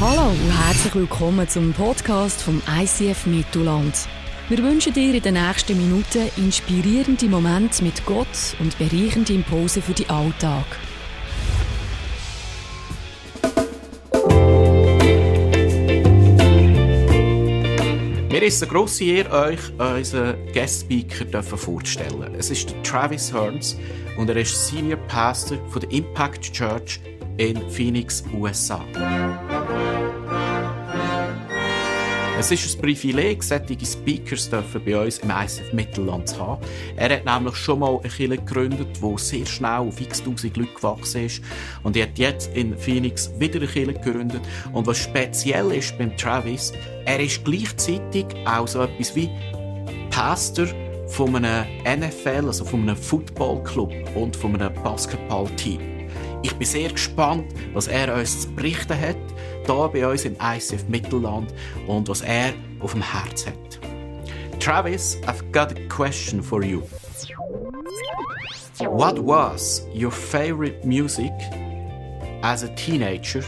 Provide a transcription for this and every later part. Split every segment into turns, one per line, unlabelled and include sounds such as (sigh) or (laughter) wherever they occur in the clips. Hallo und herzlich willkommen zum Podcast vom ICF Mittelland. Wir wünschen dir in den nächsten Minuten inspirierende Momente mit Gott und bereichende Impulse für den Alltag.
Mir ist eine grosse Ehre, euch unseren Guest-Speaker vorzustellen. Es ist Travis Hearns und er ist Senior Pastor von der Impact Church in Phoenix, USA. Es ist ein Privileg, solche Speakers dürfen bei uns im ICF Mittelland zu haben. Er hat nämlich schon mal eine Kirche gegründet, die sehr schnell auf x tausend Leute gewachsen ist. Und er hat jetzt in Phoenix wieder eine Kirche gegründet. Und was speziell ist beim Travis, er ist gleichzeitig auch so etwas wie Pastor von einem NFL, also von einem Footballclub und von einem Basketballteam. Ich bin sehr gespannt, was er uns zu berichten hat hier bei uns im ICF Mittelland und was er auf dem Herz hat. Travis, I've got a question for you. What was your favorite music as a teenager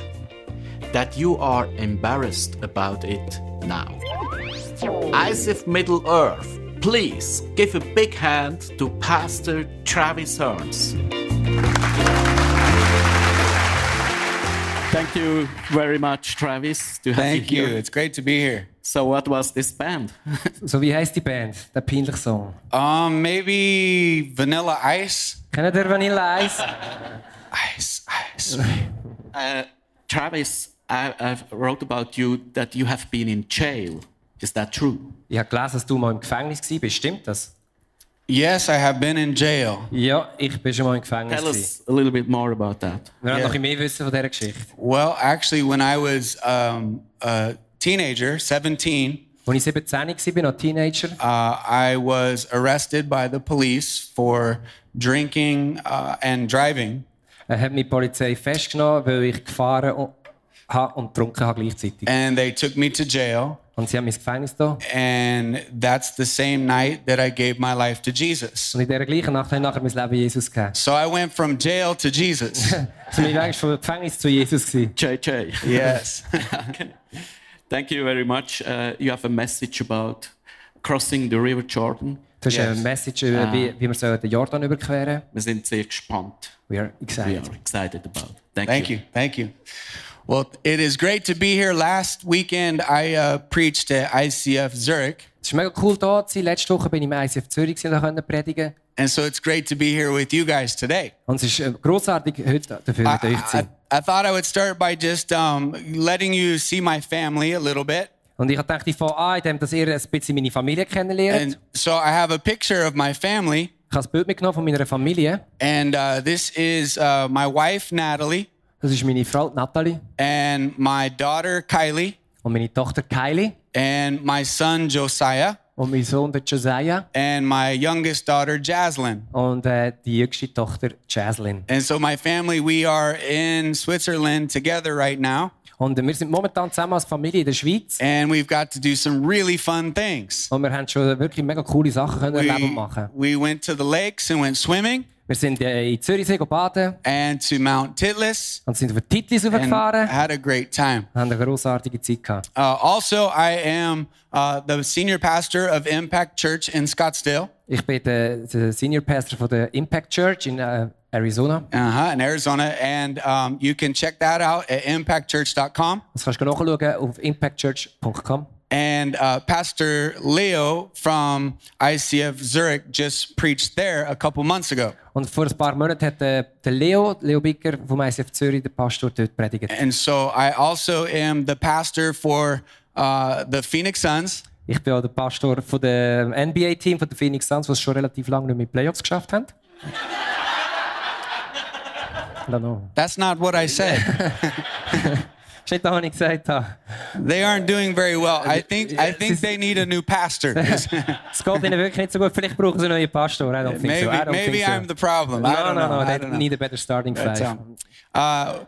that you are embarrassed about it now? ICF Middle Earth, please give a big hand to Pastor Travis Hearns. Thank you very much, Travis. To have
Thank you.
here.
It's great to be here.
So, what was this band?
So, wie heißt die Band? Der peinliche Song.
Um, maybe Vanilla Ice.
Kennt ihr Vanilla Ice?
Ice, ice.
Uh, Travis, I, I've wrote about you that you have been in jail. Is that true?
Ich habe gelesen, dass du mal im Gefängnis warst. Stimmt das?
yes, I have been in jail.
Ja, ich bin schon mal im Gefängnis.
Tell
gewesen.
us a little bit more about that.
Wir
Yeah.
wollen noch ein bisschen mehr wissen von dieser Geschichte.
Well, actually, when I was um, a teenager, 17,
Als ich 17 war, noch Teenager,
Ah.
uh, I was arrested by the police for drinking uh, and driving.
äh, hat mich die Polizei festgenommen, weil ich gefahren und, habe und getrunken habe gleichzeitig.
Äh.
And they took me to jail.
Und sie haben mich ins Gefängnis da.
And that's the same night that I gave my life to Jesus.
Und in dieser gleichen Nacht habe ich nachher mein Leben Jesus gegeben.
So I went from jail to Jesus.
Also, ich war eigentlich vom Gefängnis zu Jesus. gewesen.
JJ.
(laughs) yes.
(laughs) Okay. Thank you very much. Uh, you have a message about crossing the River Jordan.
Das ist
Yes.
eine Message, über,
Ah.
wie, wie wir sollen den Jordan überqueren
Wir sind sehr gespannt.
We are
We
excited.
are excited about. Thank,
Thank you. Thank you. Well, it is great to be here. Last weekend, I uh, preached at ICF Zurich.
Es ist mega cool, hier zu sein. Letzte Woche bin ich im ICF Zürich gewesen und konnte predigen.
And so it's great to be here with you guys today.
Und es ist äh, grossartig, heute dafür mit euch zu
I,
sein.
I, I thought I would start by just um, letting you see my family a little bit.
Und ich dachte, ich fange an, indem dass ihr ein bisschen meine Familie kennenlernt.
And so I have a picture of my family.
ich habe ein Bild mitgenommen von meiner Familie.
And uh, this is uh, my wife, Natalie,
Das ist meine Frau Natalie
and my daughter, Kylie,
und meine Tochter Kylie
and my son, Josiah,
und mein Sohn der Josiah
and my youngest daughter, Jaslyn.
und äh, die jüngste Tochter Jaslyn.
And so, my family, we are in Switzerland together right now,
Und äh, wir sind momentan zusammen als Familie in der Schweiz.
and we've got to do some really fun things.
Und wir haben schon wirklich mega coole Sachen können erleben und
We,
machen.
we went to the lakes and went swimming,
Wir sind äh, in Zürichsee baden
and to Mount Titlis,
und sind über die Titlis
and
raufgefahren.
had a great time.
haben eine grossartige Zeit gehabt.
Uh, also, I am uh, the senior pastor of Impact Church in Scottsdale,
Ich bin der, der Senior Pastor von der Impact Church in äh, Arizona.
uh-huh, in Arizona, and um, you can check that out at impactchurch.com.
Das kannst du nachschauen auf impactchurch.com.
And uh, Pastor Leo from ICF Zurich just preached there a couple months ago.
Und vor ein paar Monaten hat äh, der Leo, Leo Bicker vom ICF Zürich, der Pastor dort predigt.
And so I also am the pastor for uh, the Phoenix Suns.
Ich bin auch der Pastor von dem NBA-Team von den Phoenix Suns, was schon relativ lange nicht mehr in die Playoffs geschafft haben. I don't know.
That's not what I
(laughs)
said.
Ist nicht das, was ich gesagt habe.
they aren't doing very well. I think I think they need a new
(laughs)
pastor. (laughs)
Es geht ihnen wirklich nicht so gut. Vielleicht brauchen sie einen neuen Pastor. I don't think so.
maybe
I don't
maybe
think so.
I'm the problem. I
No,
don't
no,
know.
no.
I
They
don't know.
need a better starting
But,
five.
um, uh,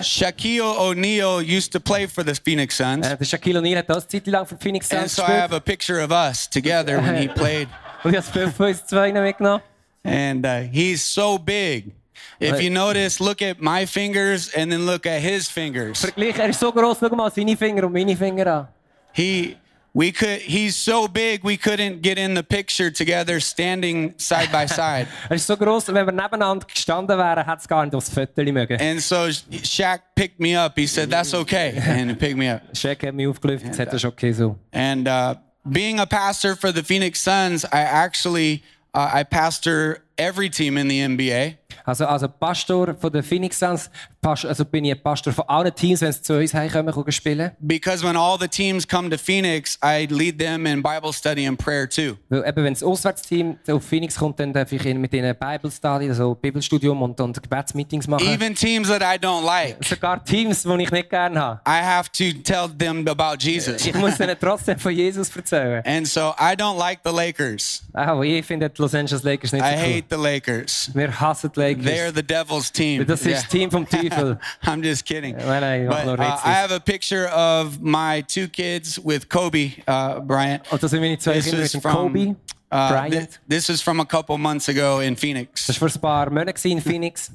Shaquille O'Neal used to play for the Phoenix Suns,
Äh, der Shaquille O'Neal hat das Zeit lang für die Phoenix
and
Suns
so I have
gespielt.
a picture of us together
(laughs)
when he played.
Und ich habe das Bild von uns zwei mitgenommen.
And uh, he's so big. If
Hey.
you notice, look at my fingers and then look at his fingers.
Vergleich, er ist so groß, schau mal seine Finger und meine Finger an.
He we could he's so big we couldn't get in the picture together standing side by side.
Er ist so groß, wenn wir nebeneinander gestanden wären, hätte es gar nicht aufs Foto mögen.
And so Shaq picked me up. He said, "That's okay," and he picked me up.
Shaq hat mich aufgelüftet, jetzt hat er schon okay so.
And uh, being a pastor for the Phoenix Suns, I actually uh, I pastor every team in the NBA.
Also, also Pastor von der Phoenix Suns, Pas- also bin ich ein Pastor von allen Teams, wenn sie zu uns heimkommen, kommen spielen.
Because when all the teams come to Phoenix, I lead them in Bible study and prayer too.
Weil eben, wenn das Auswärtsteam auf Phoenix kommt, dann darf ich ihnen mit ihnen Bibelstudy, also Bibelstudium und, und Gebetsmeetings machen.
Even teams that I don't like,
Sogar Teams, die ich nicht gerne habe.
I have to tell them about Jesus.
Ich muss ihnen trotzdem von Jesus erzählen.
And so I don't like the Lakers.
Auch ich finde die Los Angeles Lakers nicht so
I
cool.
hate the Lakers.
Wir hassen die
They're
Lakers.
the devil's team.
Das ist das
Yeah. (laughs)
Team vom Teufel.
I'm just kidding.
Nein, nein, mach
But,
nur
uh, I
Witze.
have a picture of my two kids with Kobe uh, Bryant.
Und das sind meine zwei
This
Kinder mit
is
dem
from
Kobe,
uh,
Oh, Bryant.
thi- this is from a couple months ago in Phoenix,
das war vor ein paar Monaten gewesen in Phoenix.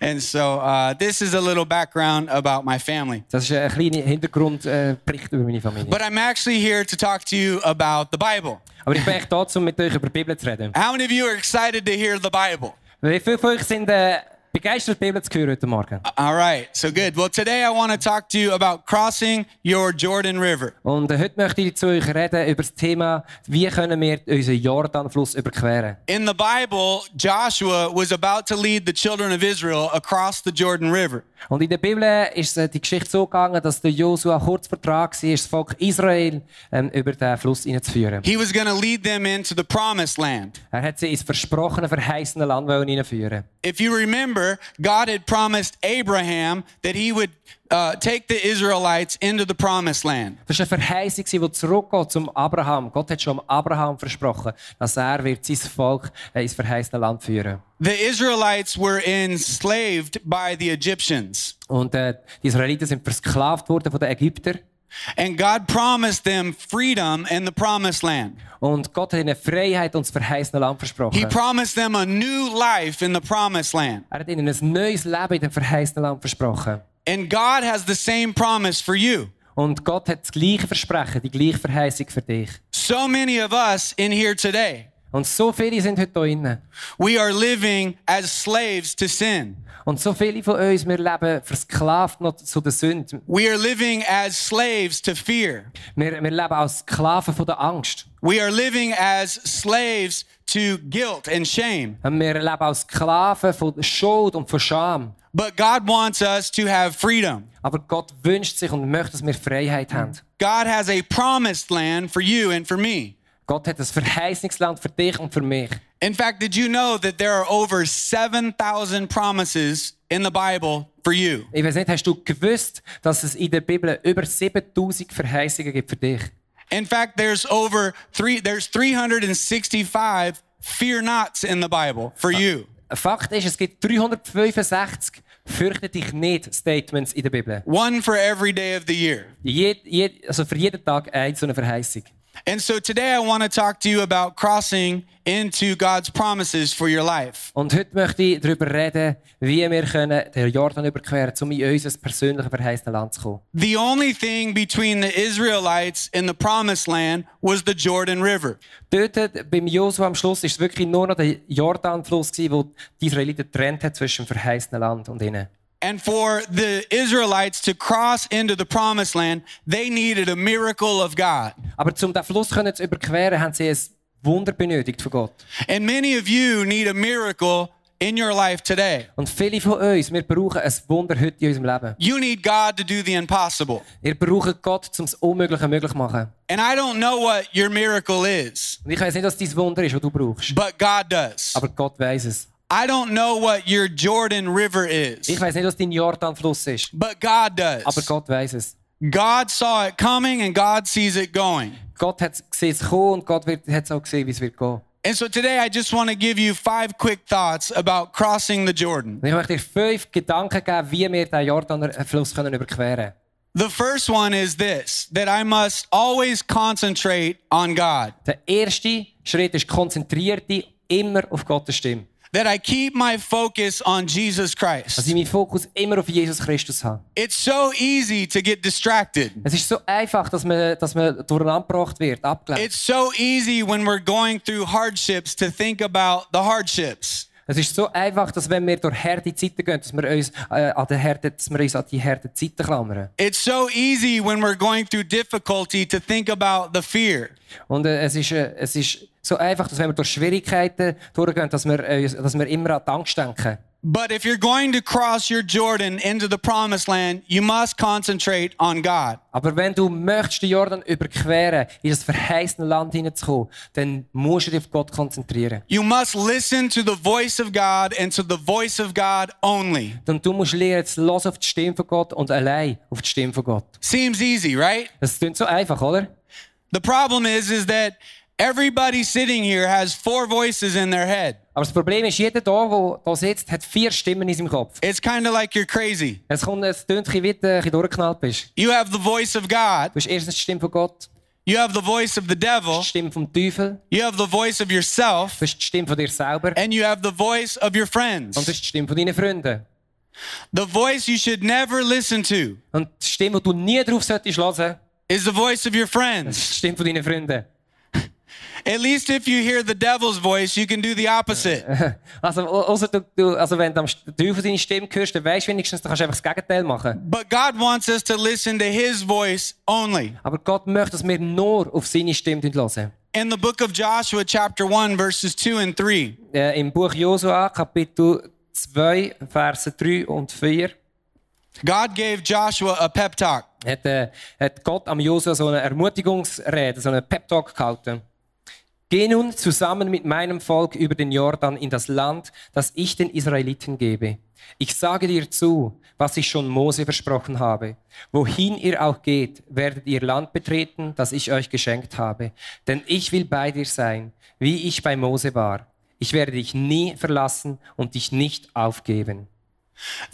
and so uh, this is a little background about my family.
Das ist ein kleiner Hintergrundbericht über meine Familie.
But I'm actually here to talk to you about the Bible.
Aber ich bin echt da, um mit euch über die Bibel zu reden.
How many of you are excited to hear the Bible?
Wie viele von euch sind äh, begeistert, die Bibel zu hören heute Morgen?
All right, so good. Well, today I want to talk to you about crossing your Jordan River.
Und äh, heute möchte ich zu euch reden über das Thema, wie können wir unseren Jordanfluss überqueren.
In the Bible, Joshua was about to lead the children of Israel across the Jordan River.
Und in der Bibel ist äh, die Geschichte so gegangen, dass der Josua kurz vor dran war, das Volk Israel ähm, über den Fluss hineinzuführen.
He was going to lead them into the promised land.
Er hat sie ins versprochene, verheißene Land wollen hineinführen.
If you remember, God had promised Abraham that he would uh, take the Israelites into the promised land.
Das war eine Verheißung, die zurückgeht zum Abraham. Gott hat schon Abraham versprochen, dass er wird sein Volk äh, ins verheißene Land führen
The Israelites were enslaved by the Egyptians,
Und äh, die Israeliten sind versklavt worden von den Ägyptern.
and God promised them freedom in the promised land.
Und Gott hat ihnen Freiheit und das verheißene Land
He
versprochen.
promised them a new life in the promised land.
Er hat ihnen ein neues Leben in dem verheißenen Land versprochen.
And God has the same promise for you.
Und Gott hat das gleiche Versprechen, die gleiche Verheißung für dich.
So many of us in here today,
Und so viele sind heute hier drin.
we are living as slaves to sin.
Und so viele von uns, wir leben versklavt noch zu der Sünde.
We are living as slaves to fear.
Wir, wir leben als Sklaven von der Angst.
We are living as slaves to guilt and shame.
Und wir leben als Sklaven von Schuld und von Scham.
But God wants us to have freedom.
Aber Gott wünscht sich und möchte, dass wir Freiheit haben.
God has a promised land for you and for me.
Gott hat das Verheißungsland für dich und für mich.
In fact, did you know that there are over 7,000 promises in the Bible for you?
Ich weiß nicht, hast du gewusst, dass es in der Bibel über 7000 Verheißungen gibt für dich?
In fact, there's over 3 there's 365 fear nots in the Bible for you.
Fakt ist, es gibt 365 Fürchte dich nicht Statements in der Bibel.
One for every day of the year.
Jed, jed, also für jeden Tag eine so eine Verheißung.
And so today I want to talk to you about crossing into God's promises for your life.
Und heute möchte ich darüber reden, wie wir können den Jordan überqueren können, um in unser persönliches verheißenes Land zu kommen.
The only thing between the Israelites and the promised land was the Jordan River.
Dort äh, beim Josua am Schluss ist es wirklich nur noch der Jordanfluss, gewesen, wo die Israeliten getrennt hat zwischen dem verheißenen Land und ihnen.
And for the Israelites to cross into the promised land, they needed a miracle of God.
Aber um diesen Fluss können zu überqueren, haben sie ein Wunder benötigt von Gott.
And many of you need a miracle in your life today.
Und viele von uns, wir brauchen ein Wunder heute in unserem Leben.
You need God to do the impossible.
Wir brauchen Gott, um das Unmögliche möglich zu machen.
And I don't know what your miracle is,
Und ich weiß nicht, was dein Wunder ist, was du brauchst.
but God does.
Aber Gott weiß es.
I don't know what your Jordan River
Ich
is,
weiß nicht, was dein Jordanfluss ist.
but God
Aber
does.
Gott weiß es.
God saw it coming and God sees it going.
Gott hat es gesehen, es kommt und Gott wird- hat es auch gesehen, wie es wird gehen.
And so today I just want to give you five quick thoughts about crossing the Jordan.
Und ich möchte dir fünf Gedanken geben, wie wir den Jordanfluss können überqueren können.
The first one is this that I must always concentrate on God.
Der erste Schritt ist konzentrierte immer auf Gottes Stimme.
that I keep my focus on Jesus
Dass
Christ.
ich meinen Fokus immer auf Jesus Christus habe.
It's so easy to get distracted.
Es ist so einfach, dass man, dass man durcheinander gebracht wird, abgelenkt.
It's so easy when we're going through hardships to think about the hardships.
Es ist so einfach, dass wenn wir durch harte Zeiten gehen, dass wir uns, äh, an, den harten, dass wir uns an die harten Zeiten klammern.
It's so easy when we're going through difficulty to think about the fear.
Und äh, es, ist, äh, es ist so einfach, dass wenn wir durch Schwierigkeiten durchgehen, dass wir, äh, dass wir immer an die Angst denken.
But if you're going to cross your Jordan into the promised land, you must concentrate on God.
Aber wenn du möchtest, den Jordan überqueren, in das verheißene Land hineinzukommen, dann musst du dich auf Gott konzentrieren.
You must listen to the voice of God and to the voice of God only.
Und du musst lernen, zu hören auf die Stimme von Gott und allein auf die Stimme von Gott.
Seems easy, right?
Das klingt so einfach, oder?
The problem is is that everybody sitting here has four voices in their head.
Aber das Problem ist, jeder hier, der hier sitzt, hat vier Stimmen in seinem Kopf.
It's kind of like you're crazy.
Es kommt, es klingt ein bisschen wie du ein bisschen durchgeknallt bist.
You have the voice of God,
Du hast erstens die Stimme von Gott,
you have the voice of the
die
devil,
Stimme vom Teufel,
you have the voice of yourself,
du hast die Stimme von dir selber
and you have the voice of your
und du
friends.
hast die Stimme von deinen Freunden.
The voice you should never listen to
Und die Stimme, die du nie drauf solltest hören,
is the voice of your
das ist die (laughs)
friends.
Stimme von deinen Freunden.
At least if you hear the devil's voice, you can do the opposite.
Also, au- ausser du, du, also wenn du am St- Teufel seine Stimme hörst, dann weißt du wenigstens, du kannst einfach das Gegenteil machen.
But God wants us to listen to his voice only.
Aber Gott möchte, dass wir nur auf seine Stimme hören.
In the book of Joshua, chapter 1, verses 2 and 3,
Äh, Im Buch Josua, Kapitel 2, Verse 3 und 4,
God gave Joshua a pep talk.
hat, äh, hat Gott am Josua so eine Ermutigungsrede, so eine Pep-Talk gehalten. Geh nun zusammen mit meinem Volk über den Jordan in das Land, das ich den Israeliten gebe. Ich sage dir zu, was ich schon Mose versprochen habe. Wohin ihr auch geht, werdet ihr Land betreten, das ich euch geschenkt habe. Denn ich will bei dir sein, wie ich bei Mose war. Ich werde dich nie verlassen und dich nicht aufgeben.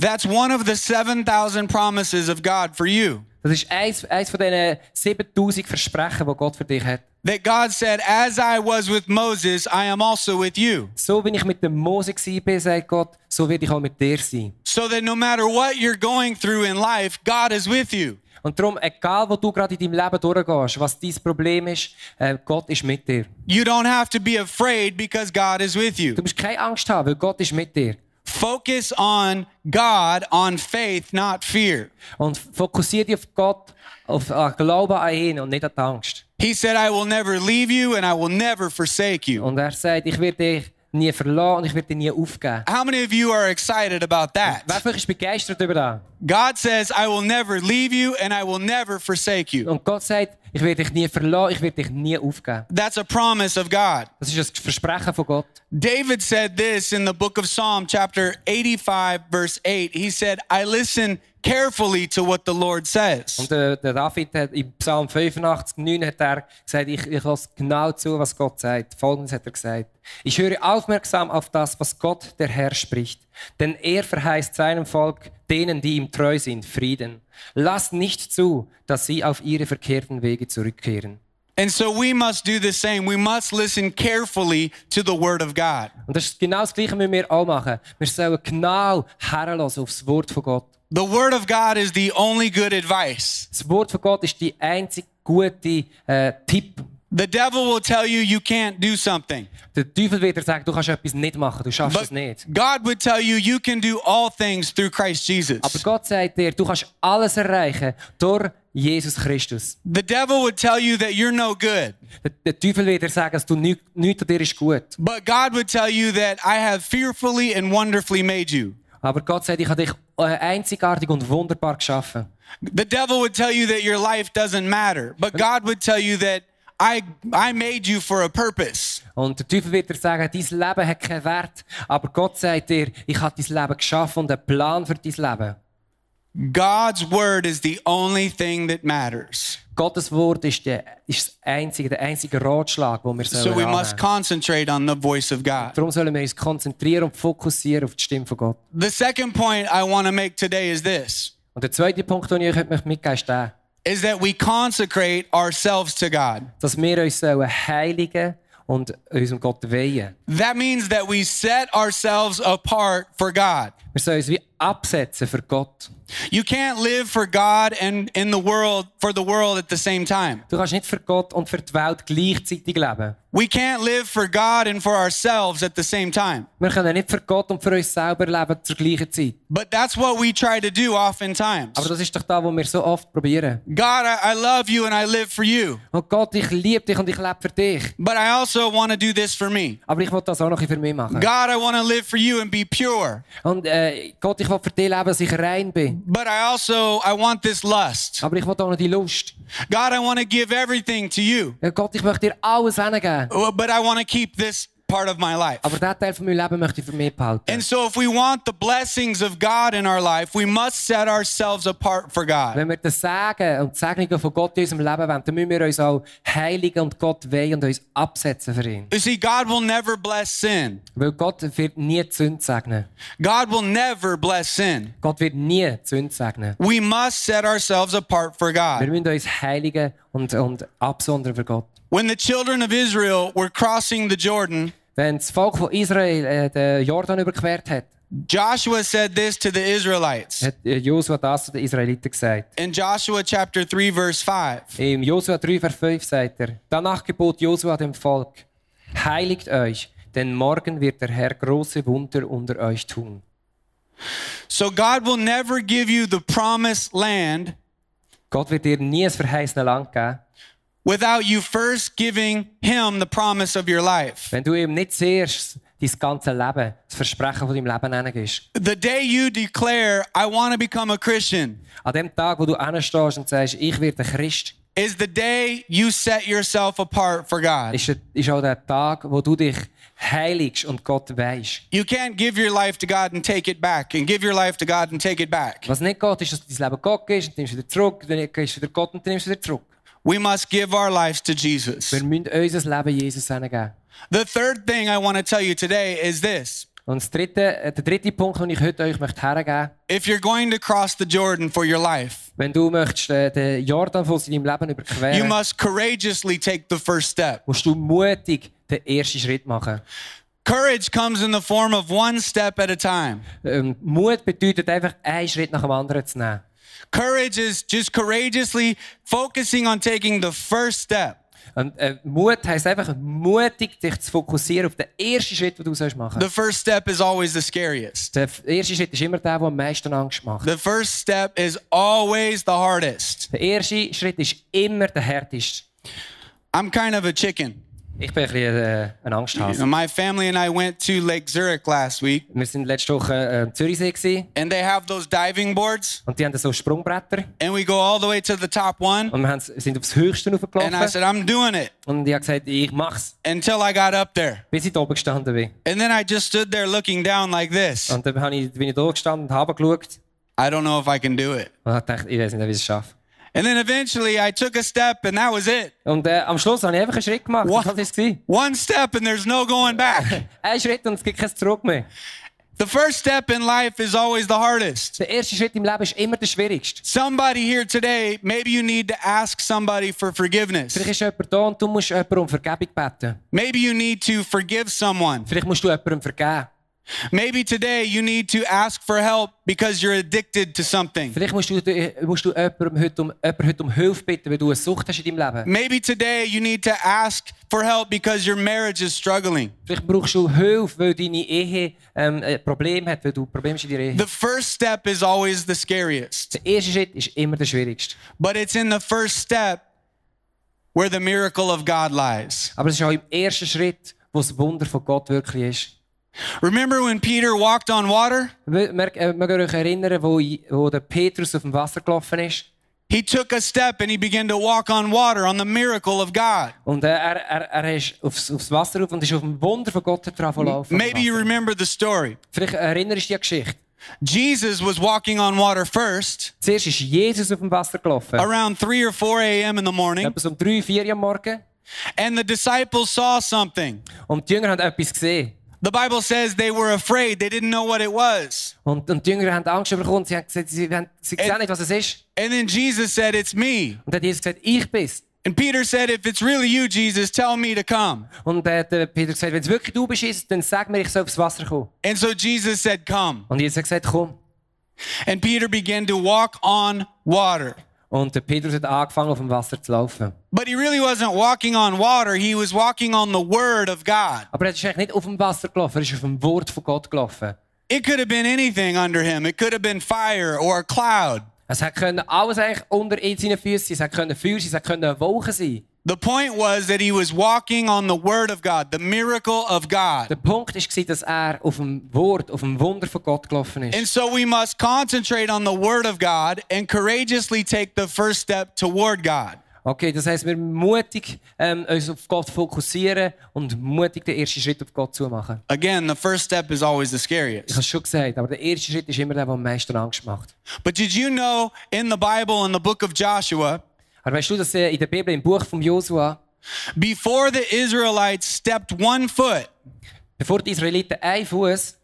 That's one of the 7,000 promises of God for you.
Das ist eins, eins von diesen 7000 Versprechen, die Gott für dich hat.
That God said, As I was with Moses, I am also with you.
So wie ich mit dem Mose war, sagt Gott, so werde ich auch mit dir sein.
So that no matter what you're going through in life, God is with you.
Und darum, egal wo du gerade in deinem Leben durchgehst, was dein Problem ist, äh, Gott ist mit dir.
You don't have to be afraid because God is with you.
Du musst keine Angst haben, weil Gott ist mit dir.
Focus on God, on faith, not fear.
Und fokussiere dich auf Gott, auf äh, Glauben an ihn und nicht an die Angst.
He said, I will never leave you and I will never forsake you.
Und er sagt, ich werde dich nie verlassen und ich werde dich nie aufgeben.
How many of you are excited about
Wer
that?
von euch ist begeistert über das?
God says, I will never leave you and I will never forsake you.
Und Gott sagt, ich werde dich nie verlassen, ich werde dich nie aufgeben.
That's a promise of God.
Das ist das Versprechen von Gott.
David said this in the book of Psalm, chapter 85, verse 8. He said, I listen carefully to what the Lord says.
Und äh, der David hat im Psalm 85, 9 hat er gesagt, ich, ich höre genau zu, was Gott sagt. Folgendes hat er gesagt. Ich höre aufmerksam auf das, was Gott, der Herr, spricht. Denn er verheißt seinem Volk, denen, die ihm treu sind, Frieden. Lass nicht zu, dass sie auf ihre verkehrten Wege zurückkehren.
And so we must do the same. We must listen carefully to the word of God.
Und das ist genau das Gleiche, müssen wir auch machen. Wir sollen genau herlassen auf das Wort von Gott.
The word of God is the only good advice.
Das Wort von Gott ist die einzig gute äh, Tipp.
The devil will tell you you can't do something,
Der Teufel wird dir sagen, du kannst etwas nicht machen, du schaffst
but
es nicht.
God would tell you you can do all things through Christ
Aber
Jesus.
Gott sagt dir, du kannst alles erreichen durch Jesus Christus.
The devil would tell you that you're no good,
Der, der Teufel wird dir sagen, dass du nichts nicht an dir ist gut.
but God would tell you that I have fearfully and wonderfully made you.
Aber Gott sagt, ich habe dich äh, einzigartig und wunderbar geschaffen.
The devil would tell you that your life doesn't matter, but God would tell you that I I made you for a purpose.
Und der Teufel wird dir sagen, dein Leben hat keinen Wert. Aber Gott sagt dir, ich habe dein Leben geschaffen und einen Plan für dein Leben.
God's word is the only thing that matters.
Gottes Wort ist, der, ist das einzige, der einzige Ratschlag, den wir
So
sollen
we
annehmen.
must concentrate on the voice of God.
Darum sollen wir uns konzentrieren und fokussieren auf die Stimme von Gott.
The second point I want to make today is this
Und der zweite Punkt, den ich euch mitgeben möchte, ist der.
is that we consecrate ourselves to God.
dass wir uns sollen heiligen und unserem Gott weihen.
That means that we set ourselves apart for God.
Wir sollen uns wie absetzen für Gott.
You can't live for God and in the world for the world at the same time.
Du kannst nicht für Gott und für die Welt gleichzeitig leben.
We can't live for God and for ourselves at the same time.
Wir können nicht für Gott und für uns selber leben zur gleichen Zeit.
But that's what we try to do
Aber
oftentimes.
das ist doch das, was wir so oft probieren.
God, I, I love you and I live for you.
Und Gott, ich liebe dich und ich lebe für dich.
But I also want to do this for me.
Aber ich will das auch noch ein bisschen für mich machen.
God, I want to live for you and be pure.
Und äh, Gott, ich will für dich leben, dass ich rein bin.
But I also I want this lust.
Aber ich will auch noch die Lust.
God, I want to give everything to you.
Ja, Gott, ich möchte dir alles hingeben.
Well, But I want to keep this part of my life.
Aber diesen Teil von meinem Leben möchte ich für mich behalten.
And so, if we want the blessings of God in our life, we must set ourselves apart for God.
Wenn wir das Sagen und die Segnungen von Gott in unserem Leben wollen, dann müssen wir uns auch heiligen und Gott weihen und uns absetzen für ihn.
You see, God will never bless sin.
Weil Gott wird nie die Sünde segnen.
God will never bless sin.
Gott wird nie die Sünde segnen.
We must set ourselves apart for
Wir
God.
müssen uns heiligen und, und absondern für Gott.
When the children of Israel were crossing the Jordan,
Wenn das Volk von Israel äh, den Jordan überquert hat,
Joshua said this to the Israelites
hat äh, Josua das zu den Israeliten gesagt.
in Joshua chapter 3, verse 5.
Im Josua 3, Vers 5 sagt er, danach gebot Josua dem Volk, heiligt euch, denn morgen wird der Herr große Wunder unter euch tun.
So, God will never give you the promised land
Gott wird dir nie ein verheißene Land geben,
without you first giving Him the promise of your life.
wenn du ihm nicht zuerst dein ganze Leben, das Versprechen von deinem Leben hingibst.
The day you declare, I want to become a Christian,
An dem Tag, wo du anstehst und sagst, ich werde ein Christ,
is the day you set yourself apart for God.
ist, ist auch der Tag, wo du dich heiligst und Gott weisst.
You can't give your life to God and take it back, and give your life to God and take it back.
Was nicht geht, ist, dass du dein Leben Gott gibst und nimmst wieder zurück, dann gehst du wieder Gott und dann nimmst du wieder zurück.
We must give our lives to Jesus.
Wir müssen unser Leben Jesus hingeben.
The third thing I want to tell you today is this
Und das dritte, äh, der dritte Punkt, den ich heute euch möchte hergeben möchte,
if you're going to cross the Jordan for your life,
wenn du möchtest, äh, den Jordan von deinem Leben
you
überqueren
must courageously take the first step.
musst du mutig den ersten Schritt machen.
Courage comes in the form of one step at a time.
Ähm, Mut bedeutet einfach, einen Schritt nach dem anderen zu nehmen.
Courage is just courageously focusing on taking the first step.
Und, äh, Mut heisst einfach, mutig dich zu fokussieren auf den ersten Schritt, den du sollst machen
The first step is always the scariest.
Der f- erste Schritt ist immer der, der am meisten Angst macht.
The first step is always the hardest.
Der erste Schritt ist immer der härteste.
I'm kind of a chicken.
Ich bin ein bisschen äh, ein Angsthase.
My family and I went to Lake Zurich last week,
Wir sind letzte Woche äh, im Zürichsee gewesen,
and they have those diving boards,
und die haben so Sprungbretter.
and we go all the way to the top one.
Und wir haben, sind aufs Höchste
And I
hochgelaufen.
said, I'm doing it
Und ich habe gesagt, ich mach's,
until I got up there.
bis ich da oben gestanden bin.
And then I just stood there looking down like this.
Und dann habe ich, bin ich da gestanden und habe geschaut
I don't know if I can do it.
und habe gedacht, ich weiß nicht, wie ich es schaffe.
And then eventually I took a step, and that was it.
Und äh, am Schluss habe ich einfach einen Schritt gemacht.
What?
Und das war es.
One step, and there's no going back.
Ein Schritt und es gibt kein Zurück mehr.
The first step in life is always the hardest.
Der erste Schritt im Leben ist immer der schwierigste.
Somebody here today, maybe you need to ask somebody for
Vielleicht
forgiveness.
ist jemand da und du musst jemandem um Vergebung beten.
Maybe you need to forgive someone.
Vielleicht musst du jemandem vergeben.
Maybe today you need to ask for help because you're addicted to something.
Vielleicht musst du, äh, musst du jemandem heute um, jemanden heute um Hilfe bitten, weil du eine Sucht hast in deinem Leben.
Maybe today you need to ask for help because your marriage is struggling.
Vielleicht brauchst du Hilfe, weil deine Ehe ähm, ein Problem hat, weil du Probleme hast in deiner Ehe.
The first step is always the scariest,
Der erste Schritt ist immer der schwierigste.
but it's in the first step where the miracle of God lies.
Aber es ist auch im ersten Schritt, wo das Wunder von Gott wirklich ist.
Remember when Peter walked on water?
Wir wir- äh, wir können euch erinnern, wo, i- wo der Petrus auf dem Wasser gelaufen ist.
He took a step and he began to walk on water on the miracle of God.
Und äh, er, er, er ist aufs, aufs Wasser rauf und ist auf dem Wunder von Gott drauf gelaufen.
Maybe you remember the story.
Vielleicht erinnerst du dich an die Geschichte.
Jesus was walking on water first
Zuerst ist Jesus auf dem Wasser gelaufen.
around 3 or 4 a.m. in the morning,
Etwas um 3, 4 am Morgen.
and the disciples saw something.
Und die Jünger haben etwas gesehen.
The Bible says they were afraid. They didn't know what it was.
Und, und die Jünger haben Angst bekommen. Sie haben gesagt, sie, haben, sie sehen nicht, was es ist.
And then Jesus said, It's me.
Und dann hat Jesus gesagt, ich bin's.
And Peter said, If it's really you, Jesus, tell me to come.
Und äh, der Peter gesagt, wenn es wirklich du bist, Jesus, dann sag mir, ich soll aufs Wasser kommen.
And so Jesus said, Come.
Und Jesus hat gesagt, komm.
And Peter began to walk on water.
Und der Petrus hat angefangen, auf dem Wasser zu laufen.
But he really wasn't walking on water, he was walking on the Word of God.
Aber er ist eigentlich nicht auf dem Wasser gelaufen, er ist auf dem Wort von Gott gelaufen.
It could have been anything under him, it could have been fire or a cloud.
Es hat können alles eigentlich unter in seinen Füßen sein, es hat können Feuer sein, es hat können eine Wolke sein.
The point was that he was walking on the Word of God, the miracle of
Der
God.
Punkt war, dass er auf dem Wort, auf dem Wunder von Gott gelaufen ist.
And so we must concentrate on the Word of God and courageously take the first step toward God.
Okay, das heisst, wir mutig ähm, uns auf Gott fokussieren und mutig den ersten Schritt auf Gott zu machen.
Again, the first step is always the
Ich
scariest.
habe es schon gesagt, aber der erste Schritt ist immer der, der am meisten Angst macht.
But did you know in the Bible, in the book of Joshua,
Aber weißt du, dass äh, in der Bibel, im Buch von Josua,
before the Israelites stepped one foot,
bevor die Israeliten einen Fuß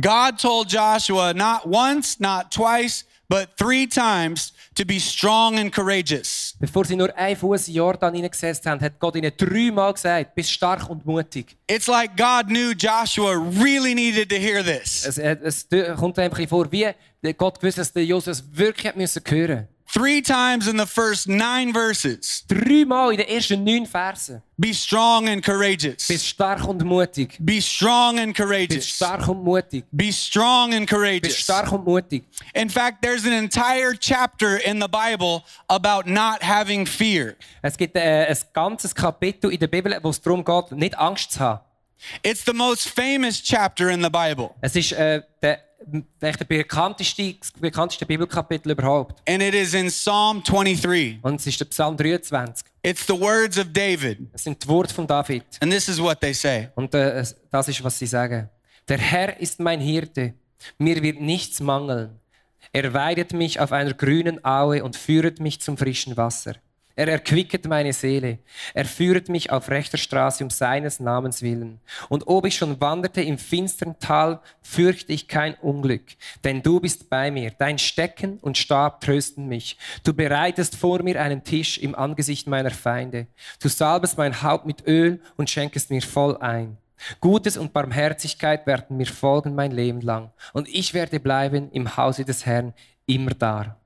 God told Joshua not once, not twice, but three times to be strong and courageous.
Bevor sie nur einen Fuß in Jordan hineingesetzt haben, hat Gott ihnen dreimal gesagt, bist stark und mutig.
It's like God knew Joshua really needed to hear this.
Es, äh, es tö- kommt einem ein bisschen vor, wie der Gott gewusst dass der Josua es wirklich hat müssen hören
Three times in the first nine verses
Dreimal in den ersten neun Versen.
be strong and
Bist
courageous.
stark und mutig.
Be strong and
Bist
courageous.
stark und mutig.
Be strong and
Bist
courageous.
stark und mutig.
In fact, there's an entire chapter in the Bible about not having fear.
Es gibt äh, ein ganzes Kapitel in der Bibel, wo es darum geht, nicht Angst zu haben.
It's the most famous chapter in the Bible,
Es ist äh, der, der, der bekannteste, das bekannteste Bibelkapitel überhaupt.
and it is in Psalm 23.
Und es ist der Psalm 23.
It's the words of David.
Es sind die Worte von David.
And this is what they say
Und äh, es- das ist, was sie sagen. Der Herr ist mein Hirte, mir wird nichts mangeln. Er weidet mich auf einer grünen Aue und führet mich zum frischen Wasser. Er erquicket meine Seele. Er führet mich auf rechter Straße um seines Namens willen. Und ob ich schon wanderte im finstern Tal, fürchte ich kein Unglück. Denn du bist bei mir. Dein Stecken und Stab trösten mich. Du bereitest vor mir einen Tisch im Angesicht meiner Feinde. Du salbest mein Haupt mit Öl und schenkest mir voll ein. Gutes und Barmherzigkeit werden mir folgen mein Leben lang. Und ich werde bleiben im Hause des Herrn immer da.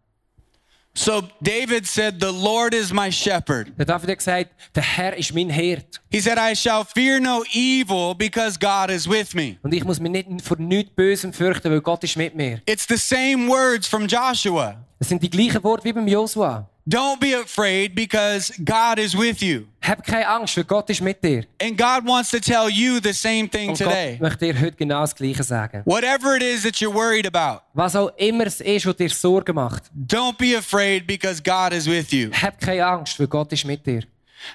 So David said, The Lord is my shepherd.
Der David hat gesagt, der Herr ist mein Hirt.
He said, I shall fear no evil because God is with me.
Und ich muss mich nicht vor nichts Bösem fürchten, weil Gott ist mit mir.
It's the same words from Joshua.
Das sind die gleichen Worte wie beim Josua.
Don't be afraid because God is with you.
Hab keine Angst, weil Gott ist mit dir.
And God wants to tell you the same thing
Und
today.
Gott möchte dir heute genau das Gleiche sagen.
Whatever it is that you're worried about,
Was auch immer es ist, was dir Sorgen macht,
don't be afraid because God is with you.
hab keine Angst, weil Gott ist mit dir.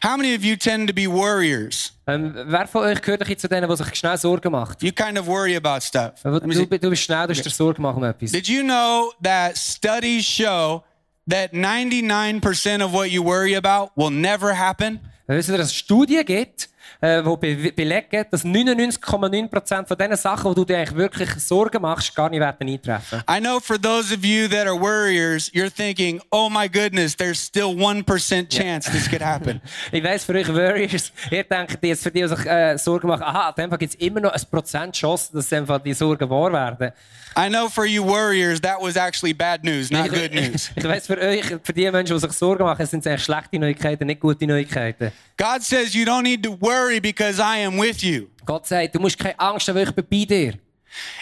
How many of you tend to be worriers?
Ähm, wer von euch gehört ein bisschen zu denen, die sich schnell Sorgen macht? Äh,
You kind of worry about stuff.
Du,
Let me see.
du bist schnell, du hast dir Sorgen machen um etwas.
Did you know that studies show that 99% of what you worry about will never happen?
Wisst ihr, Äh, dass es Studien gibt, äh, die be belegen, dass 99,9% von den Sachen, wo du dir eigentlich wirklich Sorgen machst, gar nicht werden eintreffen.
I know for those of you that are worriers, you're thinking, oh my goodness, there's still 1% chance this could happen.
Ich weiss, für euch Warriors, (laughs) ihr denkt jetzt, für die, die sich äh, Sorgen machen, aha, in dem Fall gibt es immer noch ein Prozent Chance, dass in dem Fall die Sorgen wahr werden.
I know for you worriers, that was actually bad news, not good news.
(laughs) ich, ich weiss, für euch, für die Menschen, die sich Sorgen machen, sind es eigentlich schlechte Neuigkeiten, nicht gute Neuigkeiten.
God says you don't need to worry because I am with you.
Gott sagt, du musst keine Angst haben, weil ich bin bei dir.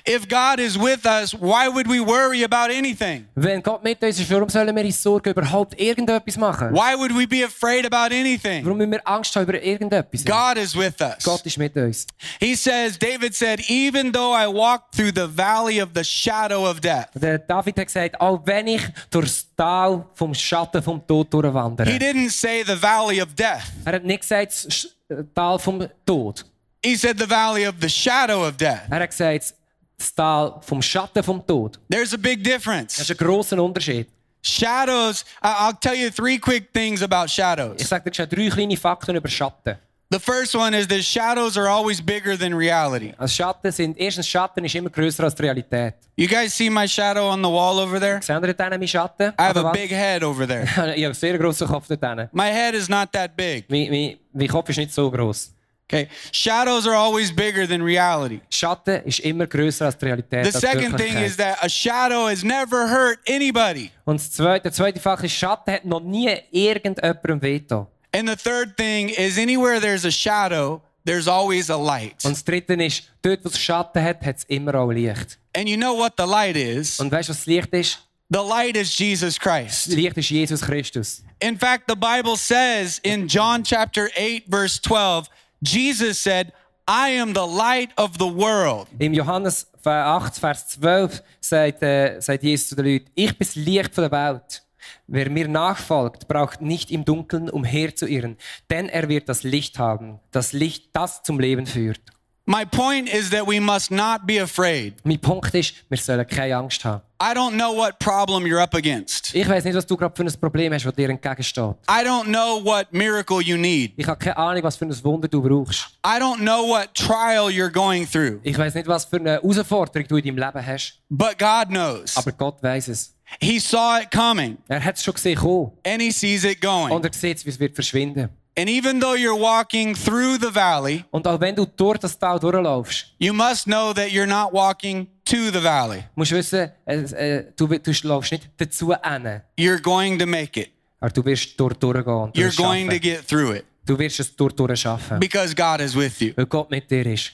If God is with us, why would we worry about anything?
Wenn Gott mit uns ist, warum sollen wir in Sorgen überhaupt irgendetwas machen?
Why would we be afraid about anything?
Warum müssen wir Angst haben über irgendetwas?
God is with us.
Gott ist mit uns.
He says, David said, even though I walk through the valley of the shadow of death.
Der David hat gesagt, auch wenn ich durchs Tal vom Schatten vom Tod durchwandere.
He didn't say the valley of death.
Er hat nicht gesagt, das Sch- äh, Tal vom Tod.
He said the valley of the shadow of death.
Er hat gesagt, das Tal vom Schatten vom Tod.
There's a big
Das
difference.
ist ein grosser Unterschied.
Shadows, I- I'll tell you three quick things about
Ich
shadows.
sage dir schon drei kleine Fakten über Schatten.
The first one is that shadows are always bigger than reality.
Also Schatten sind, erstens, Schatten ist immer größer als die Realität.
You guys see my shadow on the wall over there?
Seht ihr dort hinten meinen Schatten?
I have
Oder
a
was?
Ah, big head over there.
(laughs) ich habe einen sehr grossen Kopf dort hinten.
My head is not that big.
Mein, mein, mein Kopf ist nicht so groß.
Okay. Shadows are always bigger than reality.
Schatten ist immer größer als die Realität.
The
als
second thing
Wirklichkeit.
is that a shadow has never hurt anybody.
Und das zweite, der zweite Fach ist, Schatten hat noch nie irgendjemandem Veto.
And the third thing is anywhere there's a shadow, there's always a light.
Und das dritte ist, dort, wo es Schatten hat, hat es immer auch Licht.
And you know what the light is?
Und weißt du, was das Licht ist?
The light is Jesus
Das
Christ.
Licht ist Jesus Christus.
In fact, the Bible says in John chapter 8 verse 12, Jesus said, "I am the light of the world."
Im Johannes 8, Vers 12 sagt, äh, sagt Jesus zu den Leuten, ich bin das Licht von der Welt. Wer mir nachfolgt, braucht nicht im Dunkeln umherzuirren, denn er wird das Licht haben, das Licht, das zum Leben führt.
My point is that we must not be afraid.
Mein Punkt ist, wir sollen keine Angst haben.
I don't know what problem you're up against.
Ich weiß nicht, was du gerade für ein Problem hast, das dir entgegensteht.
I don't know what miracle you need.
Ich habe keine Ahnung, was für ein Wunder du brauchst.
I don't know what trial you're going through,
Ich weiß nicht, was für eine Herausforderung du in deinem Leben hast,
but God knows.
aber Gott weiß es.
He saw it coming
Er hat es schon gesehen kommen
and He sees it
und
going.
er sieht, wie es wird verschwinden.
And even though you're walking through the valley,
Und auch wenn du durch das Tal durchlaufst,
you must know that you're not walking to the valley.
musst du wissen, äh, äh, du, du laufst nicht dazu hin,
You're going to make it,
aber du wirst dort durchgehen und
you're
durchs
going to
schaffen.
get through it
Du wirst es dort durchschaffen,
because God is with you.
weil Gott mit dir ist.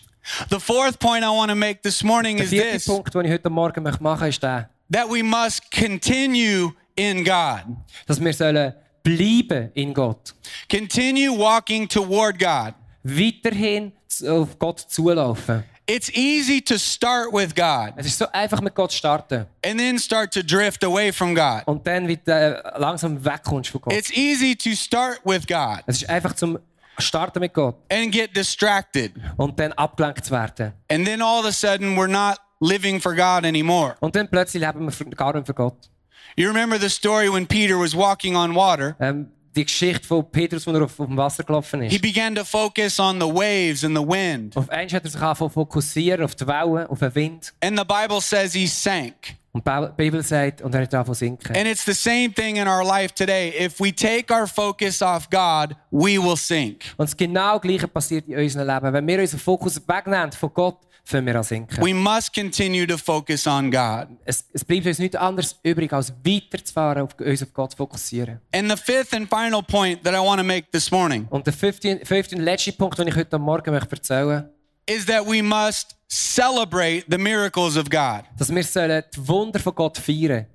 The fourth point I want to make this morning
Der
is
vierte
this
Punkt, den ich heute Morgen machen möchte, ist der,
that we must continue in God,
dass wir sollen bleiben in Gott.
continue walking toward God.
Weiterhin zu- auf Gott zulaufen.
It's easy to start with God.
Es ist so einfach, mit Gott zu starten.
and then start to drift away from God.
und dann wieder äh, langsam wegkommst von Gott.
It's easy to start with God
es ist einfach zum Starten mit Gott
and get distracted.
und dann abgelenkt zu werden.
And then all of a sudden, we're not living for God anymore.
Und dann plötzlich leben wir für- gar nicht für Gott.
You remember the story when Peter was walking on water?
Ähm, die Geschichte von Petrus, als er auf, auf dem Wasser gelaufen
He
ist.
began to focus on the waves and the wind.
Auf eins hat er sich angefangen zu fokussieren, auf die Wellen, auf den Wind.
And the Bible says he sank.
Und die Ba- Bibel sagt, und er hat angefangen zu sinken.
And it's the same thing in our life today. If we take our focus off God, we will sink.
Und das genau Gleiche passiert in unserem Leben. Wenn wir unseren Fokus wegnehmen von Gott, fangen wir an zu sinken.
We must continue to focus on God.
Es, es bleibt uns nichts anderes übrig, als weiterzufahren, auf, uns auf Gott zu fokussieren.
And the fifth and final point that I want to make this morning
Und der fünfte, fünfte und letzte Punkt, den ich heute Morgen möchte erzählen möchte,
is that we must celebrate the miracles of God.
dass wir sollen die Wunder von Gott feiern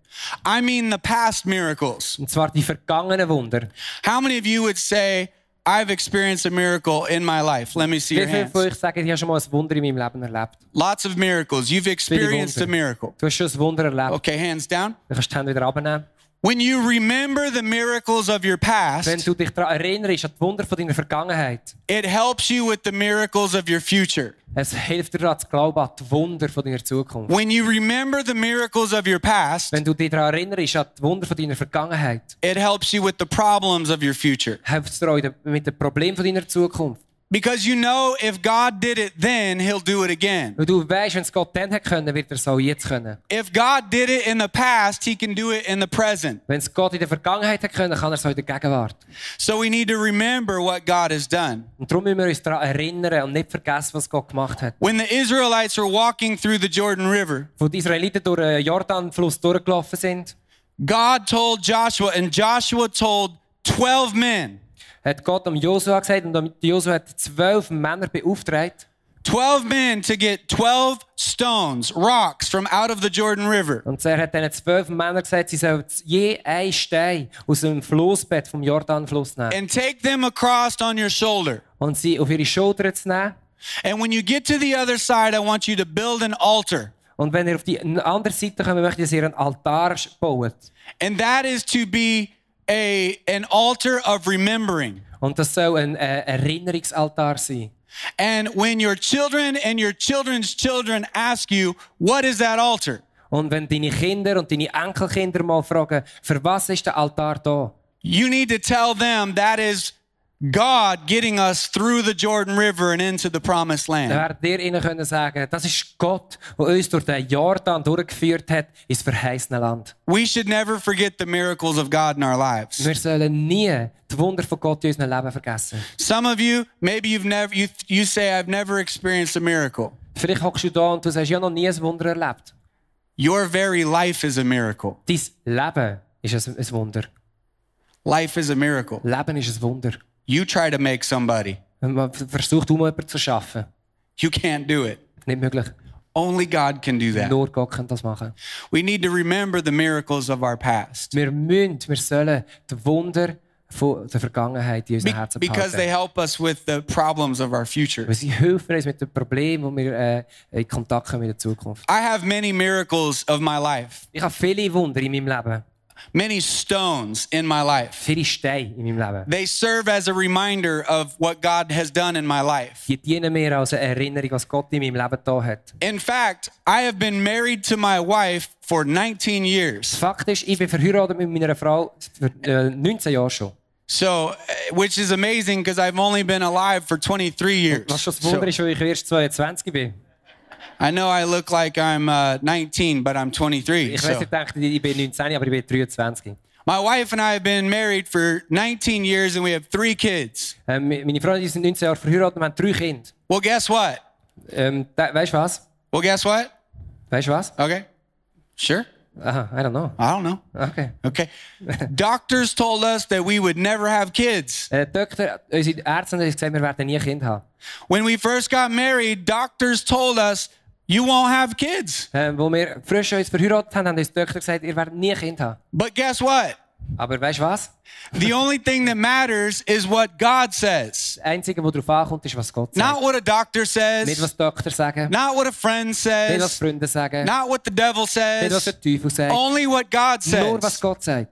I mean, the past miracles.
Und zwar die vergangenen Wunder.
How many of you would say, I've experienced a miracle in my life? Let me see
Wie
your
viele
hands.
von euch sagen, ich habe schon mal ein Wunder in meinem Leben erlebt?
Lots of miracles. You've
Viele
experienced a
Wunder.
miracle.
Du hast schon ein Wunder erlebt.
Okay, hands down.
Dann kannst du die Hände wieder abnehmen.
When you remember the miracles of your
Wenn
past,
du dich daran erinnerst, an die Wunder von deiner Vergangenheit,
it helps you with the miracles of your future.
es hilft dir daran zu glauben an die Wunder von deiner Zukunft.
When you remember the miracles of your past,
Wenn du dich daran erinnerst, an die Wunder von deiner Vergangenheit,
it helps you with the problems of your future.
hilft es dir auch in der- mit dem Problem von deiner Zukunft.
Because you know if God did it then, he'll do it again.
Weil du weißt, wenn es Gott dann hat können, wird er es auch jetzt können.
If God did it in the past, he can do it in the present.
Wenn es Gott in der Vergangenheit hat können, kann er es auch in der Gegenwart.
So we need to remember what God has done.
Und darum müssen wir uns daran erinnern und nicht vergessen, was Gott gemacht hat.
When the Israelites were walking through the Jordan River,
Wo die Israeliten durch den Jordanfluss durchgelaufen sind,
God told Joshua, and Joshua told 12 men,
hat Gott am Josua gesagt und um Josua hat zwölf Männer beauftragt
12 men to get 12 stones, rocks from out of the Jordan River.
und er hat diesen zwölf Männern gesagt, sie sollen je einen Stein aus dem Floßbett vom Jordanfluss nehmen
And take them across on your shoulder.
und sie auf ihre Schultern zu nehmen.
And when you get to the other side, I want you to build an altar.
Und wenn ihr auf die andere Seite kommt, möchte ich, dass ihr einen Altar baut.
And that is to be a, an altar of remembering.
Und das soll ein äh, Erinnerungsaltar sein.
And when your children and your children's children ask you, what is that altar?
Und wenn deine Kinder und deine Enkelkinder mal fragen, für was ist der Altar da?
You need to tell them that is God getting us through the Jordan River and into the promised
Dann
land.
werdet ihr ihnen können sagen, das ist Gott, der uns durch den Jordan durchgeführt hat ins verheißene Land.
We should never forget the miracles of God in our lives.
Wir sollen nie die Wunder von Gott in unserem Leben vergessen.
Some of you, maybe you've never you, you say I've never experienced a miracle.
Vielleicht hockst du da und du sagst, ja noch nie ein Wunder erlebt.
Your very life is a miracle.
Dein Leben ist ein, ein Wunder.
Life is a miracle.
Leben ist ein Wunder.
You try to make somebody.
Wenn man versucht, um jemanden zu schaffen,
You can't do it.
nicht möglich.
Only God can do that.
Nur Gott kann das machen.
We need to remember the miracles of our past
Wir müssen, wir sollen die Wunder von der Vergangenheit
Be-
in unserem Herzen
because they
behalten.
help us with the problems of our future.
Weil sie helfen uns mit den Problemen, die wir äh, in Kontakt kommen mit der Zukunft.
I have many miracles of my life,
Ich habe viele Wunder in meinem Leben.
many stones in my life.
Viele Steine in meinem Leben.
They serve as a reminder of what God has done in my life.
Die dienen mir als eine Erinnerung, was Gott in meinem Leben getan hat.
In fact, I have been married to my wife for 19 years.
Fakt ist, ich bin verheiratet mit meiner Frau für äh, 19 Jahre schon.
So, eh, which is amazing because I've only been alive for 23 years.
Was schon das
So,
Wunder ist, weil ich erst 22 bin.
I know I look like I'm uh, 19, but I'm 23.
Ich
So.
weiß, ich dachte, ich bin 19, aber ich bin 23.
My wife and I have been married for 19 years and we have three kids.
Ähm, meine Freundin ist 19 Jahre verheiratet und wir haben drei Kinder.
Well, guess what?
Ähm, da, weißt du was?
Well, guess what?
Weißt du was?
Okay. Sure.
Aha, I don't know.
I don't know.
Okay.
Okay. Doctors told us that we would never have kids.
Äh, Doktor, unsere Ärzte haben uns gesagt, wir werden nie ein Kind haben.
When we first got married, doctors told us, you won't have kids.
Ähm, wo wir frisch uns verheiratet haben, haben uns die Doktor gesagt, ihr werdet nie ein Kind haben.
But guess what?
Aber weißt du was?
The only thing that matters is what God says,
Das Einzige, was darauf ankommt, ist, was Gott sagt.
not what a doctor
Nicht,
says,
was die Doktor sagen,
not what a friend
nicht, was
says,
die Freunde sagen,
not what the devil
nicht, was der
says,
Teufel sagt,
only what God
nur, was
says.
Gott sagt.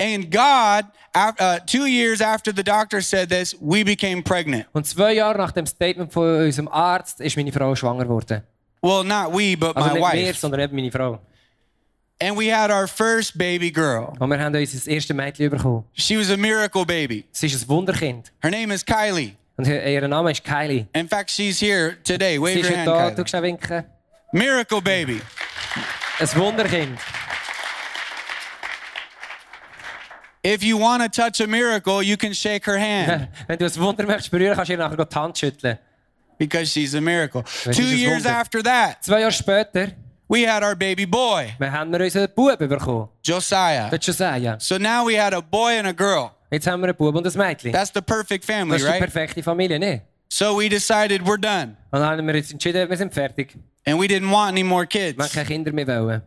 And God, af- uh, two years after the doctor said this, we became pregnant.
Und zwei Jahre nach dem Statement von unserem Arzt ist meine Frau schwanger geworden.
Well, not we, but
Also
my
nicht wir,
wife.
sondern eben meine Frau.
And we had our first baby girl.
Und wir haben unser erstes Mädchen bekommen.
She was a miracle baby.
Es ist ein Wunderkind.
Her name is Kylie.
Und ihr ihr Name ist Kylie.
In fact, she's here today.
Sie
Wave
ist
your hand,
heute da, du
Kylie.
kannst winken.
Miracle baby.
Ein Wunderkind. (laughs)
If you want to touch a miracle, you can shake her hand
Wenn du ein Wunder möchtest berühren, kannst du ihr nachher die Hand schütteln.
because she's a miracle.
This
Two
is
years
wonder.
after that,
Zwei Jahre später
we had our baby boy,
wir haben wir unseren Buben bekommen.
Josiah.
Das schon sagen.
So now we had a boy and a girl.
Jetzt haben wir einen Buben und ein Mädchen.
That's the perfect
Das
family,
ist die
right?
perfekte Familie, ne?
So we decided we're done.
Und dann haben wir uns entschieden, wir sind fertig.
and we didn't want any more
Wir haben
kids.
keine Kinder mehr wollen.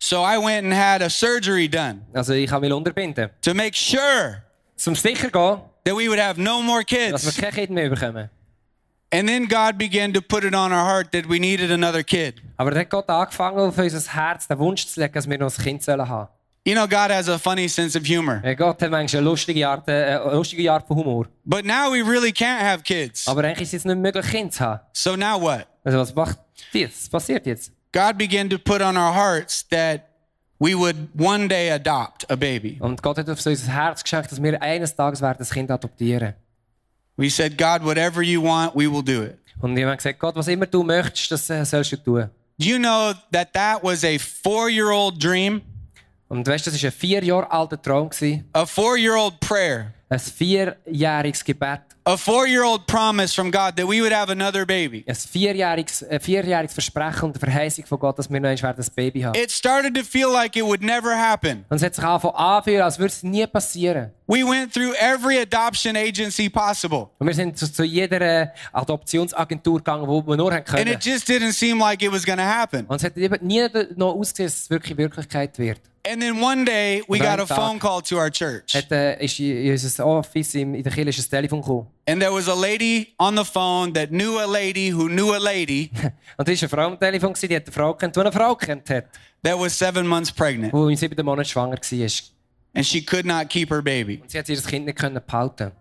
So I went and had a surgery done
Also ich habe mich unterbinden.
to make sure
Zum sicher gehen,
that we would have no more
dass wir
kids.
keine Kinder mehr bekommen.
And then God began to put it on our heart that we needed another kid.
Aber dann hat Gott angefangen, auf unser Herz den Wunsch zu legen, dass wir noch ein Kind sollen haben
You know, God has a funny sense of humor.
sollen. Gott hat manchmal eine lustige Art, äh, eine lustige Art von Humor.
But now we really can't have kids.
Aber eigentlich ist es jetzt nicht möglich, Kinder zu haben.
So now what?
Also was macht jetzt? Was passiert jetzt?
God began to put on our hearts that we would one day adopt a baby.
Und Gott hat auf so unser Herz geschenkt, dass wir eines Tages werden das Kind adoptieren.
We said, God, whatever you want, we will do it.
Und ich habe gesagt, Gott, was immer du möchtest, das äh, sollst du tun.
Do you know that that was a four year old dream,
Und weißt, das war ein vier Jahre alter Traum, gewesen,
a four year old prayer?
ein vierjähriges Gebet,
a four-year-old promise from God that we would have another baby.
ein vierjähriges, ein vierjähriges Versprechen und eine Verheißung von Gott, dass wir noch einmal werden ein Baby haben.
It started to feel like it would never happen.
Und es hat sich angefangen anfühlen, E, als würde es nie passieren.
We went through every adoption agency possible,
Und wir sind zu, zu jeder äh, Adoptionsagentur gegangen, wo wir nur haben
and
können.
it just didn't seem like it was going to happen.
Und es hat eben nie noch ausgesehen, dass es wirklich Wirklichkeit wird.
And then one day, we got a
Brandtag.
phone call to our church,
Hat, äh, ist in, in unser Office im, in der Kirche ist ein Telefon gekommen.
and there was a lady on the phone that knew a lady who knew a lady
Und da war eine Frau am Telefon, gewesen, die hat eine Frau kennt, die eine Frau kennt hat,
that was seven months pregnant,
die im siebten Monat schwanger war.
and she could not keep her baby.
Und sie hat ihr Kind nicht können behalten.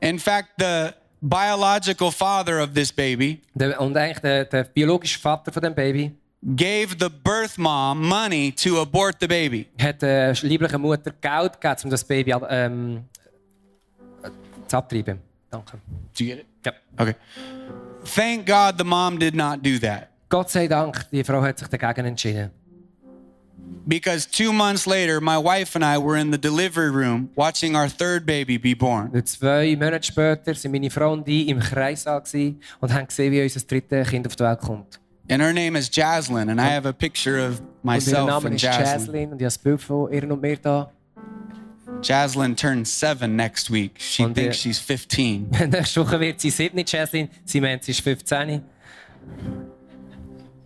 In fact, the biological father of this baby
Der- Und eigentlich der, der biologische Vater von dem Baby
gave the birth mom money to abort the baby.
äh, hat der lieblichen Mutter Geld gegeben, um das Baby ähm, Jetzt abtreiben. Danke.
Do you get it?
Ja.
Okay. Thank God the mom did not do that
Gott sei Dank, die Frau hat sich dagegen entschieden.
because two months later, my wife and I were in the delivery room watching our third baby be born.
Nur zwei Monate später waren meine Frau und ich im Kreissaal gewesen und haben gesehen, wie unser drittes Kind auf die Welt kommt.
And her name is Jaslyn, and I have a picture of
Und ihr
myself
Name
and
ist
Jaslyn.
Jaslyn und ich habe das Bild von ihr und mir da. (laughs)
Jaslyn turns seven next week. She
Und, äh,
thinks she's 15.
Nächste Woche wird sie 7, Jaslyn. Sie meint, sie ist 15.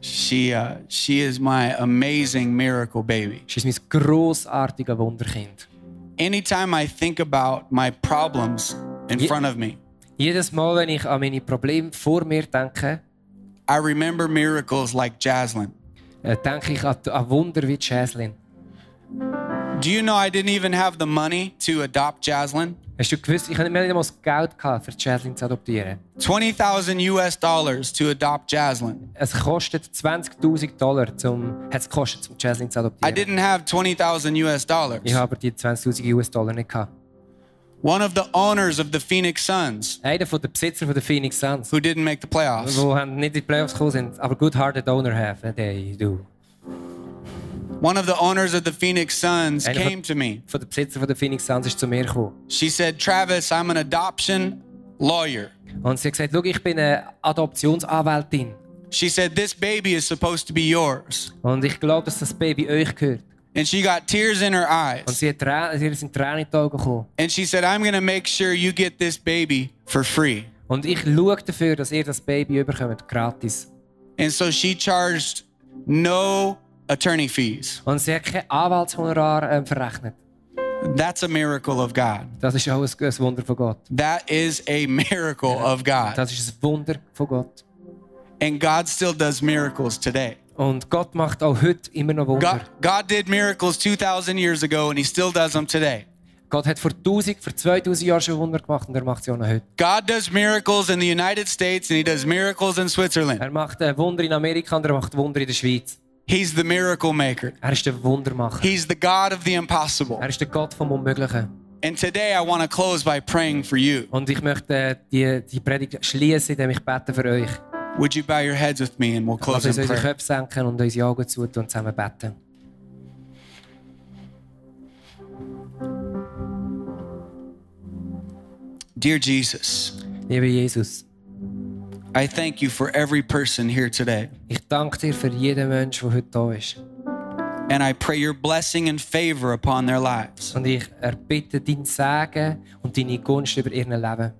She uh, she is my amazing miracle baby.
Sie ist mein grossartiges Wunderkind.
Anytime I think about my problems in
Ye-
front of me,
Jedes Mal, wenn ich an meine Probleme vor mir denke,
I remember miracles like Jaslyn.
äh, denke ich an, an Wunder wie Jaslyn.
Do you know I didn't even have the money to adopt Jaslyn?
Hast du gewusst, ich hatte nicht einmal das Geld, gehabt, für Jaslyn zu adoptieren.
20,000 US dollars to adopt Jaslyn.
Es kostet 20.000 Dollar, zum, hat es gekostet, um Jaslyn zu
I
adoptieren.
didn't have 20,000 US dollars.
Ich habe aber die 20.000 US-Dollar nicht gehabt.
One of the owners of the Phoenix Suns
Einer von den Besitzer von der Phoenix Suns,
who didn't make the playoffs.
wo haben nicht in die Playoffs gekommen sind, aber good hearted owner have, eh, they do.
One of the owners of the Phoenix Suns
Einer von-
came to me.
Von der Besitzer von der Phoenix Suns ist zu mir gekommen
She said, "Travis, I'm an adoption lawyer."
und sie hat gesagt, schau, ich bin eine Adoptionsanwältin
She said, "This baby is supposed to be yours."
und ich glaube, dass das Baby euch gehört.
And she got tears in her
Und
eyes.
sie, hat Trä- sie sind Tränen in die Augen gekommen.
And she said, "I'm going to make sure you get this baby for free."
Und ich schaue dafür, dass ihr das Baby überkommt, gratis.
And so she charged no attorney fees.
Und sie hat kein Anwaltshonorar ähm, verrechnet.
That's a miracle of God.
Das ist auch ein, ein Wunder von Gott.
That is a (laughs) miracle of God.
Das ist ein Wunder von Gott.
And God still does miracles today.
Und Gott macht auch heute immer noch Wunder.
God, God did miracles 2,000 years ago and he still does them today.
Gott hat vor 1000, vor 2000 Jahren schon Wunder gemacht und er macht sie auch noch heute.
God does miracles in the United States and he does miracles in Switzerland.
Er macht äh, Wunder in Amerika und er macht Wunder in der Schweiz.
He's the miracle maker.
Er ist der Wundermacher.
He's the God of the impossible.
Er ist der Gott vom Unmöglichen.
And today I want to close by praying for you.
Und ich möchte äh, die, die Predigt schließen, indem ich bete für euch.
Would you bow your heads with me and we'll
Lass
close
uns
in
unsere
prayer.
Köpfe senken und unsere Augen zutun und zusammen beten.
Dear Jesus,
Lieber Jesus,
I thank you for every person here today.
ich danke dir für jeden Mensch, der heute da ist.
And I pray your blessing and favor upon their lives.
Und ich erbitte dein Segen und deine Gunst über ihr Leben.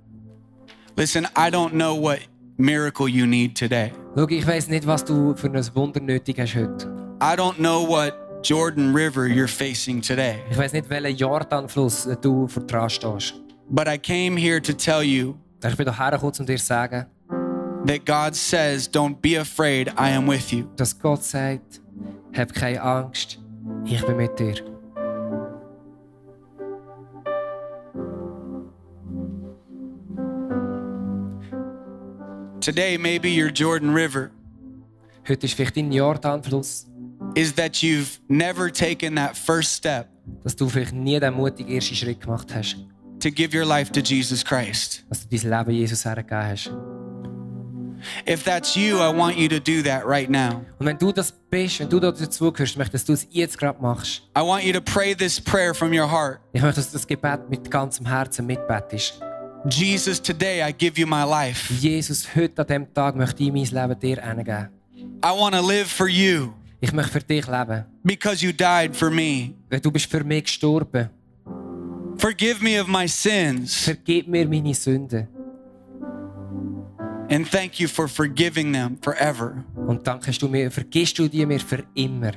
Listen, I don't know what miracle you need today.
Schau, ich weiss nicht, was du für ein Wunder nötig hast heute.
I don't know what Jordan River you're facing today,
Ich weiss nicht, welchen Jordanfluss äh, du vor dran stehst.
but I came here to tell you
Ich bin doch hergekommen, um dir zu sagen,
that God says, Don't be afraid, I am with you.
dass Gott sagt, hab keine Angst, ich bin mit dir.
Today, maybe your Jordan River
Heute ist vielleicht dein Jordanfluss,
is that you've never taken that first step
dass du vielleicht nie den mutigen ersten Schritt gemacht hast,
to give your life to Jesus Christ.
dass du dein Leben Jesus hergegeben hast.
If that's you, I want you to do that right now.
Und wenn du das bist, wenn du da dazugehörst, möchte ich, dass du es jetzt gerade machst.
I want you to pray this prayer from your heart
Ich möchte, dass du das Gebet mit ganzem Herzen mitbetest.
Jesus, today I give you my life.
Jesus, heute an diesem Tag möchte ich mein Leben dir hingeben.
I want to live for you
Ich möchte für dich leben,
because you died for me.
weil du bist für mich gestorben.
Forgive me of my sins
Vergib mir meine Sünden
and thank you for forgiving them forever.
und dankest du mir, vergisst du die mir für immer.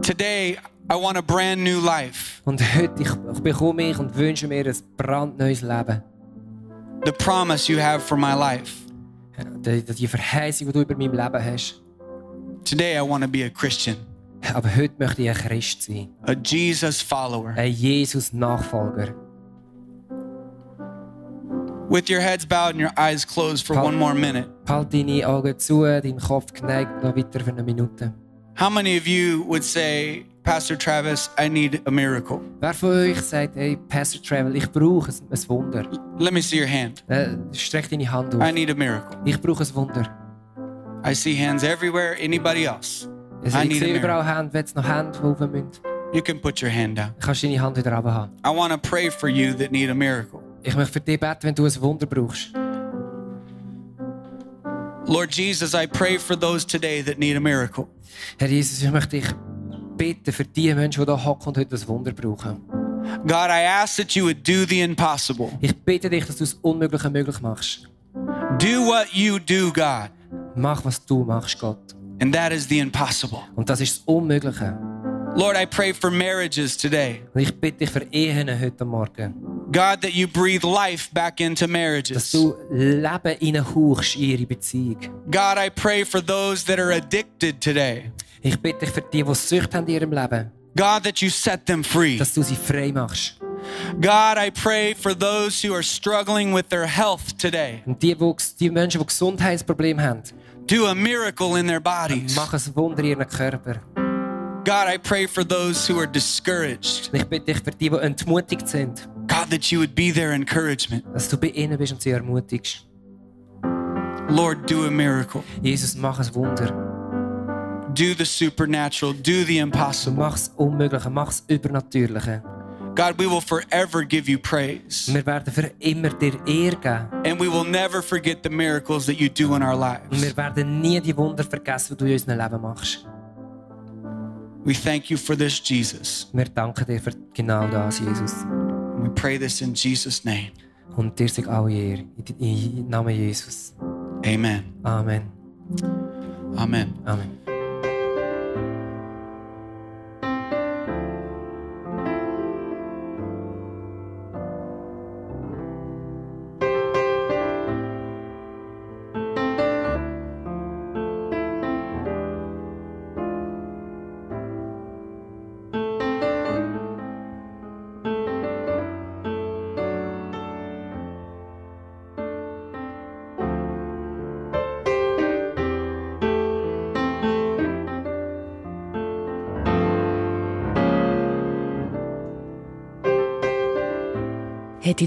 Today, I want a brand new life.
Und heute ich, ich bekomme ich und wünsche mir ein brandneues Leben.
The promise you have for my life.
Die, die Verheißung, die du über meinem Leben hast.
Today, I want to be a Christian,
Aber heute möchte ich ein Christ sein.
a Jesus follower.
Ein Jesus-Nachfolger.
With your heads bowed and your eyes closed for one more minute,
Halt deine Augen zu, deinen Kopf geneigt, noch weiter für eine Minute.
how many of you would say, Pastor Travis, I need a miracle.
Wer von euch sagt, hey, Pastor Travel, ich brauche ein, ein Wunder?
Let me see your hand.
Äh, streck deine Hand
I
auf.
need a miracle.
Ich brauche ein Wunder.
I see hands everywhere. Anybody else?
Also,
I
ich
need a
sehe
miracle.
überall Hände, wenn es noch Hände die rauf müssen.
You can put your hand down.
Kannst du deine Hand wieder runterhaben.
I want to pray for you that need a miracle.
Ich möchte für dich beten, wenn du ein Wunder brauchst.
Lord Jesus, I pray for those today that need a miracle.
Herr Jesus, ich möchte dich bitten für die Menschen, die hier hocken und heute ein Wunder brauchen.
God, I ask that you would do the impossible.
Ich bitte dich, dass du das Unmögliche möglich machst.
Do what you do, God.
Mach, was du machst, Gott.
And that is the impossible.
Und das ist das Unmögliche.
Lord, I pray for marriages today.
Und ich bitte dich für Ehen heute Morgen,
God, that you breathe life back into
dass
marriages.
du Leben hineinhauchst in ihre Beziehung.
God, I pray for those that are addicted today.
Ich bitte dich für die, die Sucht haben in ihrem Leben,
God, that you set them free.
dass du sie frei machst.
God, I pray for those who are struggling with their health today.
Und die, die, die Menschen, die Gesundheitsprobleme haben,
Do a miracle in their bodies.
mach ein Wunder in ihrem Körper.
God, I pray for those who are discouraged.
Und ich bitte dich für die, die entmutigt sind,
God, that you would be their encouragement.
dass du bei ihnen bist und sie ermutigst.
Lord, do a miracle.
Jesus, mach ein Wunder.
Do the supernatural. Do the impossible.
Mach das Unmögliche, mach das Übernatürliche.
God, we will forever give you praise.
Wir werden für immer dir Ehre geben.
And we will never forget the miracles that you do in our
Und
lives.
wir werden nie die Wunder vergessen, die du in unserem Leben machst.
We thank you for this, Jesus.
Wir danken dir für genau das, Jesus.
We pray this in Jesus' name.
Und dir sei alle Ehre. In- In im Namen Jesus.
Amen.
Amen.
Amen.
Amen.
Hat dich